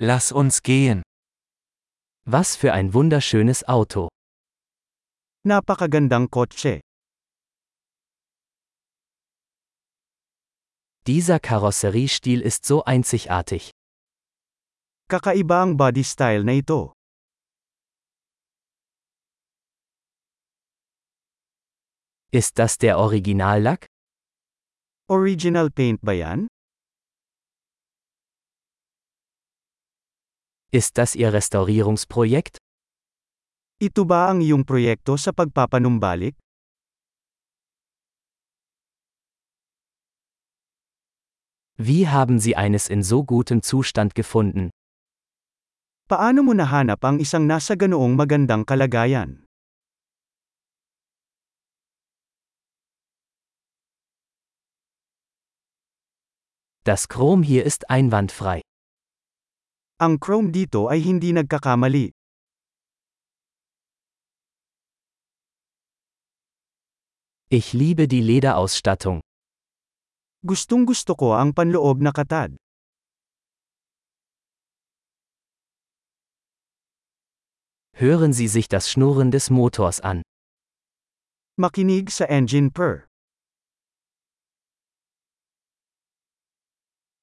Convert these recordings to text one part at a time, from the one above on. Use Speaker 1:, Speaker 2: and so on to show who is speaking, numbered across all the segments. Speaker 1: Lass uns gehen.
Speaker 2: Was für ein wunderschönes Auto.
Speaker 3: Napakagandang kotse.
Speaker 2: Dieser Karosseriestil ist so einzigartig.
Speaker 3: Kakaiba ang body style na ito.
Speaker 2: Ist das der Originallack?
Speaker 3: Original paint ba yan?
Speaker 2: Ist das Ihr Restaurierungsprojekt?
Speaker 3: Ito ba ang iyong proyekto sa pagpapanumbalik?
Speaker 2: Wie haben Sie eines in so gutem Zustand gefunden?
Speaker 3: Paano mo nahanap ang isang nasa ganoong magandang kalagayan?
Speaker 2: Das Chrom hier ist einwandfrei.
Speaker 3: Ang chrome dito ay hindi nagkakamali.
Speaker 2: Ich liebe die Lederausstattung.
Speaker 3: Gustong gusto ko ang panloob na katad.
Speaker 2: Hören Sie sich das Schnurren des Motors an.
Speaker 3: Makinig sa engine purr.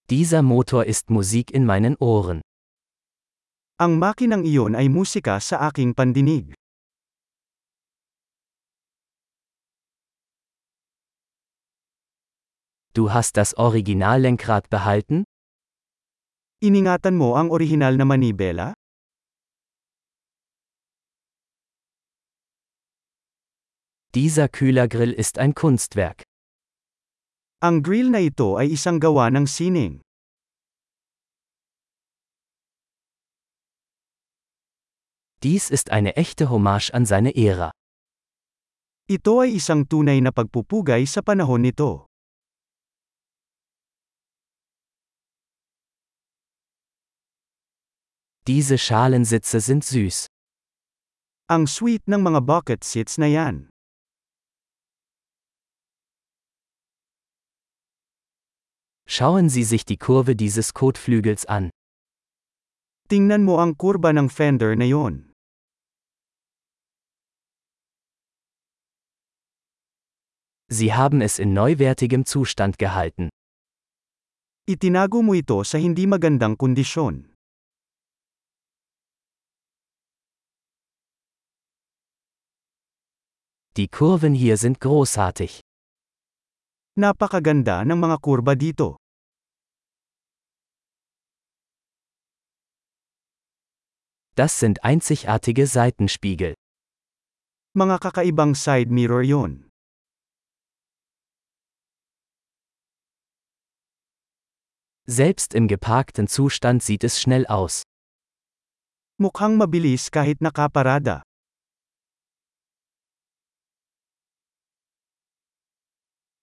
Speaker 2: Dieser Motor ist Musik in meinen Ohren.
Speaker 3: Ang makinang iyon ay musika sa aking pandinig.
Speaker 2: Du hast das Originallenkrad behalten?
Speaker 3: Iningatan mo ang orihinal na manibela?
Speaker 2: Dieser Kühlergrill ist ein Kunstwerk.
Speaker 3: Ang grill na ito ay isang gawa ng sining.
Speaker 2: Dies ist eine echte Hommage an seine Ära.
Speaker 3: Ito ay isang tunay na pagpupugay sa panahon nito.
Speaker 2: Diese Schalensitze sind süß.
Speaker 3: Ang sweet ng mga bucket seats na yan.
Speaker 2: Schauen Sie sich die Kurve dieses Kotflügels an.
Speaker 3: Tingnan mo ang kurba ng fender na yon.
Speaker 2: Sie haben es in neuwertigem Zustand gehalten.
Speaker 3: Itinago mo ito sa hindi magandang kondisyon.
Speaker 2: Die Kurven hier sind großartig.
Speaker 3: Napakaganda ng mga kurba dito.
Speaker 2: Das sind einzigartige Seitenspiegel.
Speaker 3: Mga kakaibang side mirror yon.
Speaker 2: Selbst im geparkten Zustand sieht es schnell aus.
Speaker 3: Mukhang mabilis kahit nakaparada.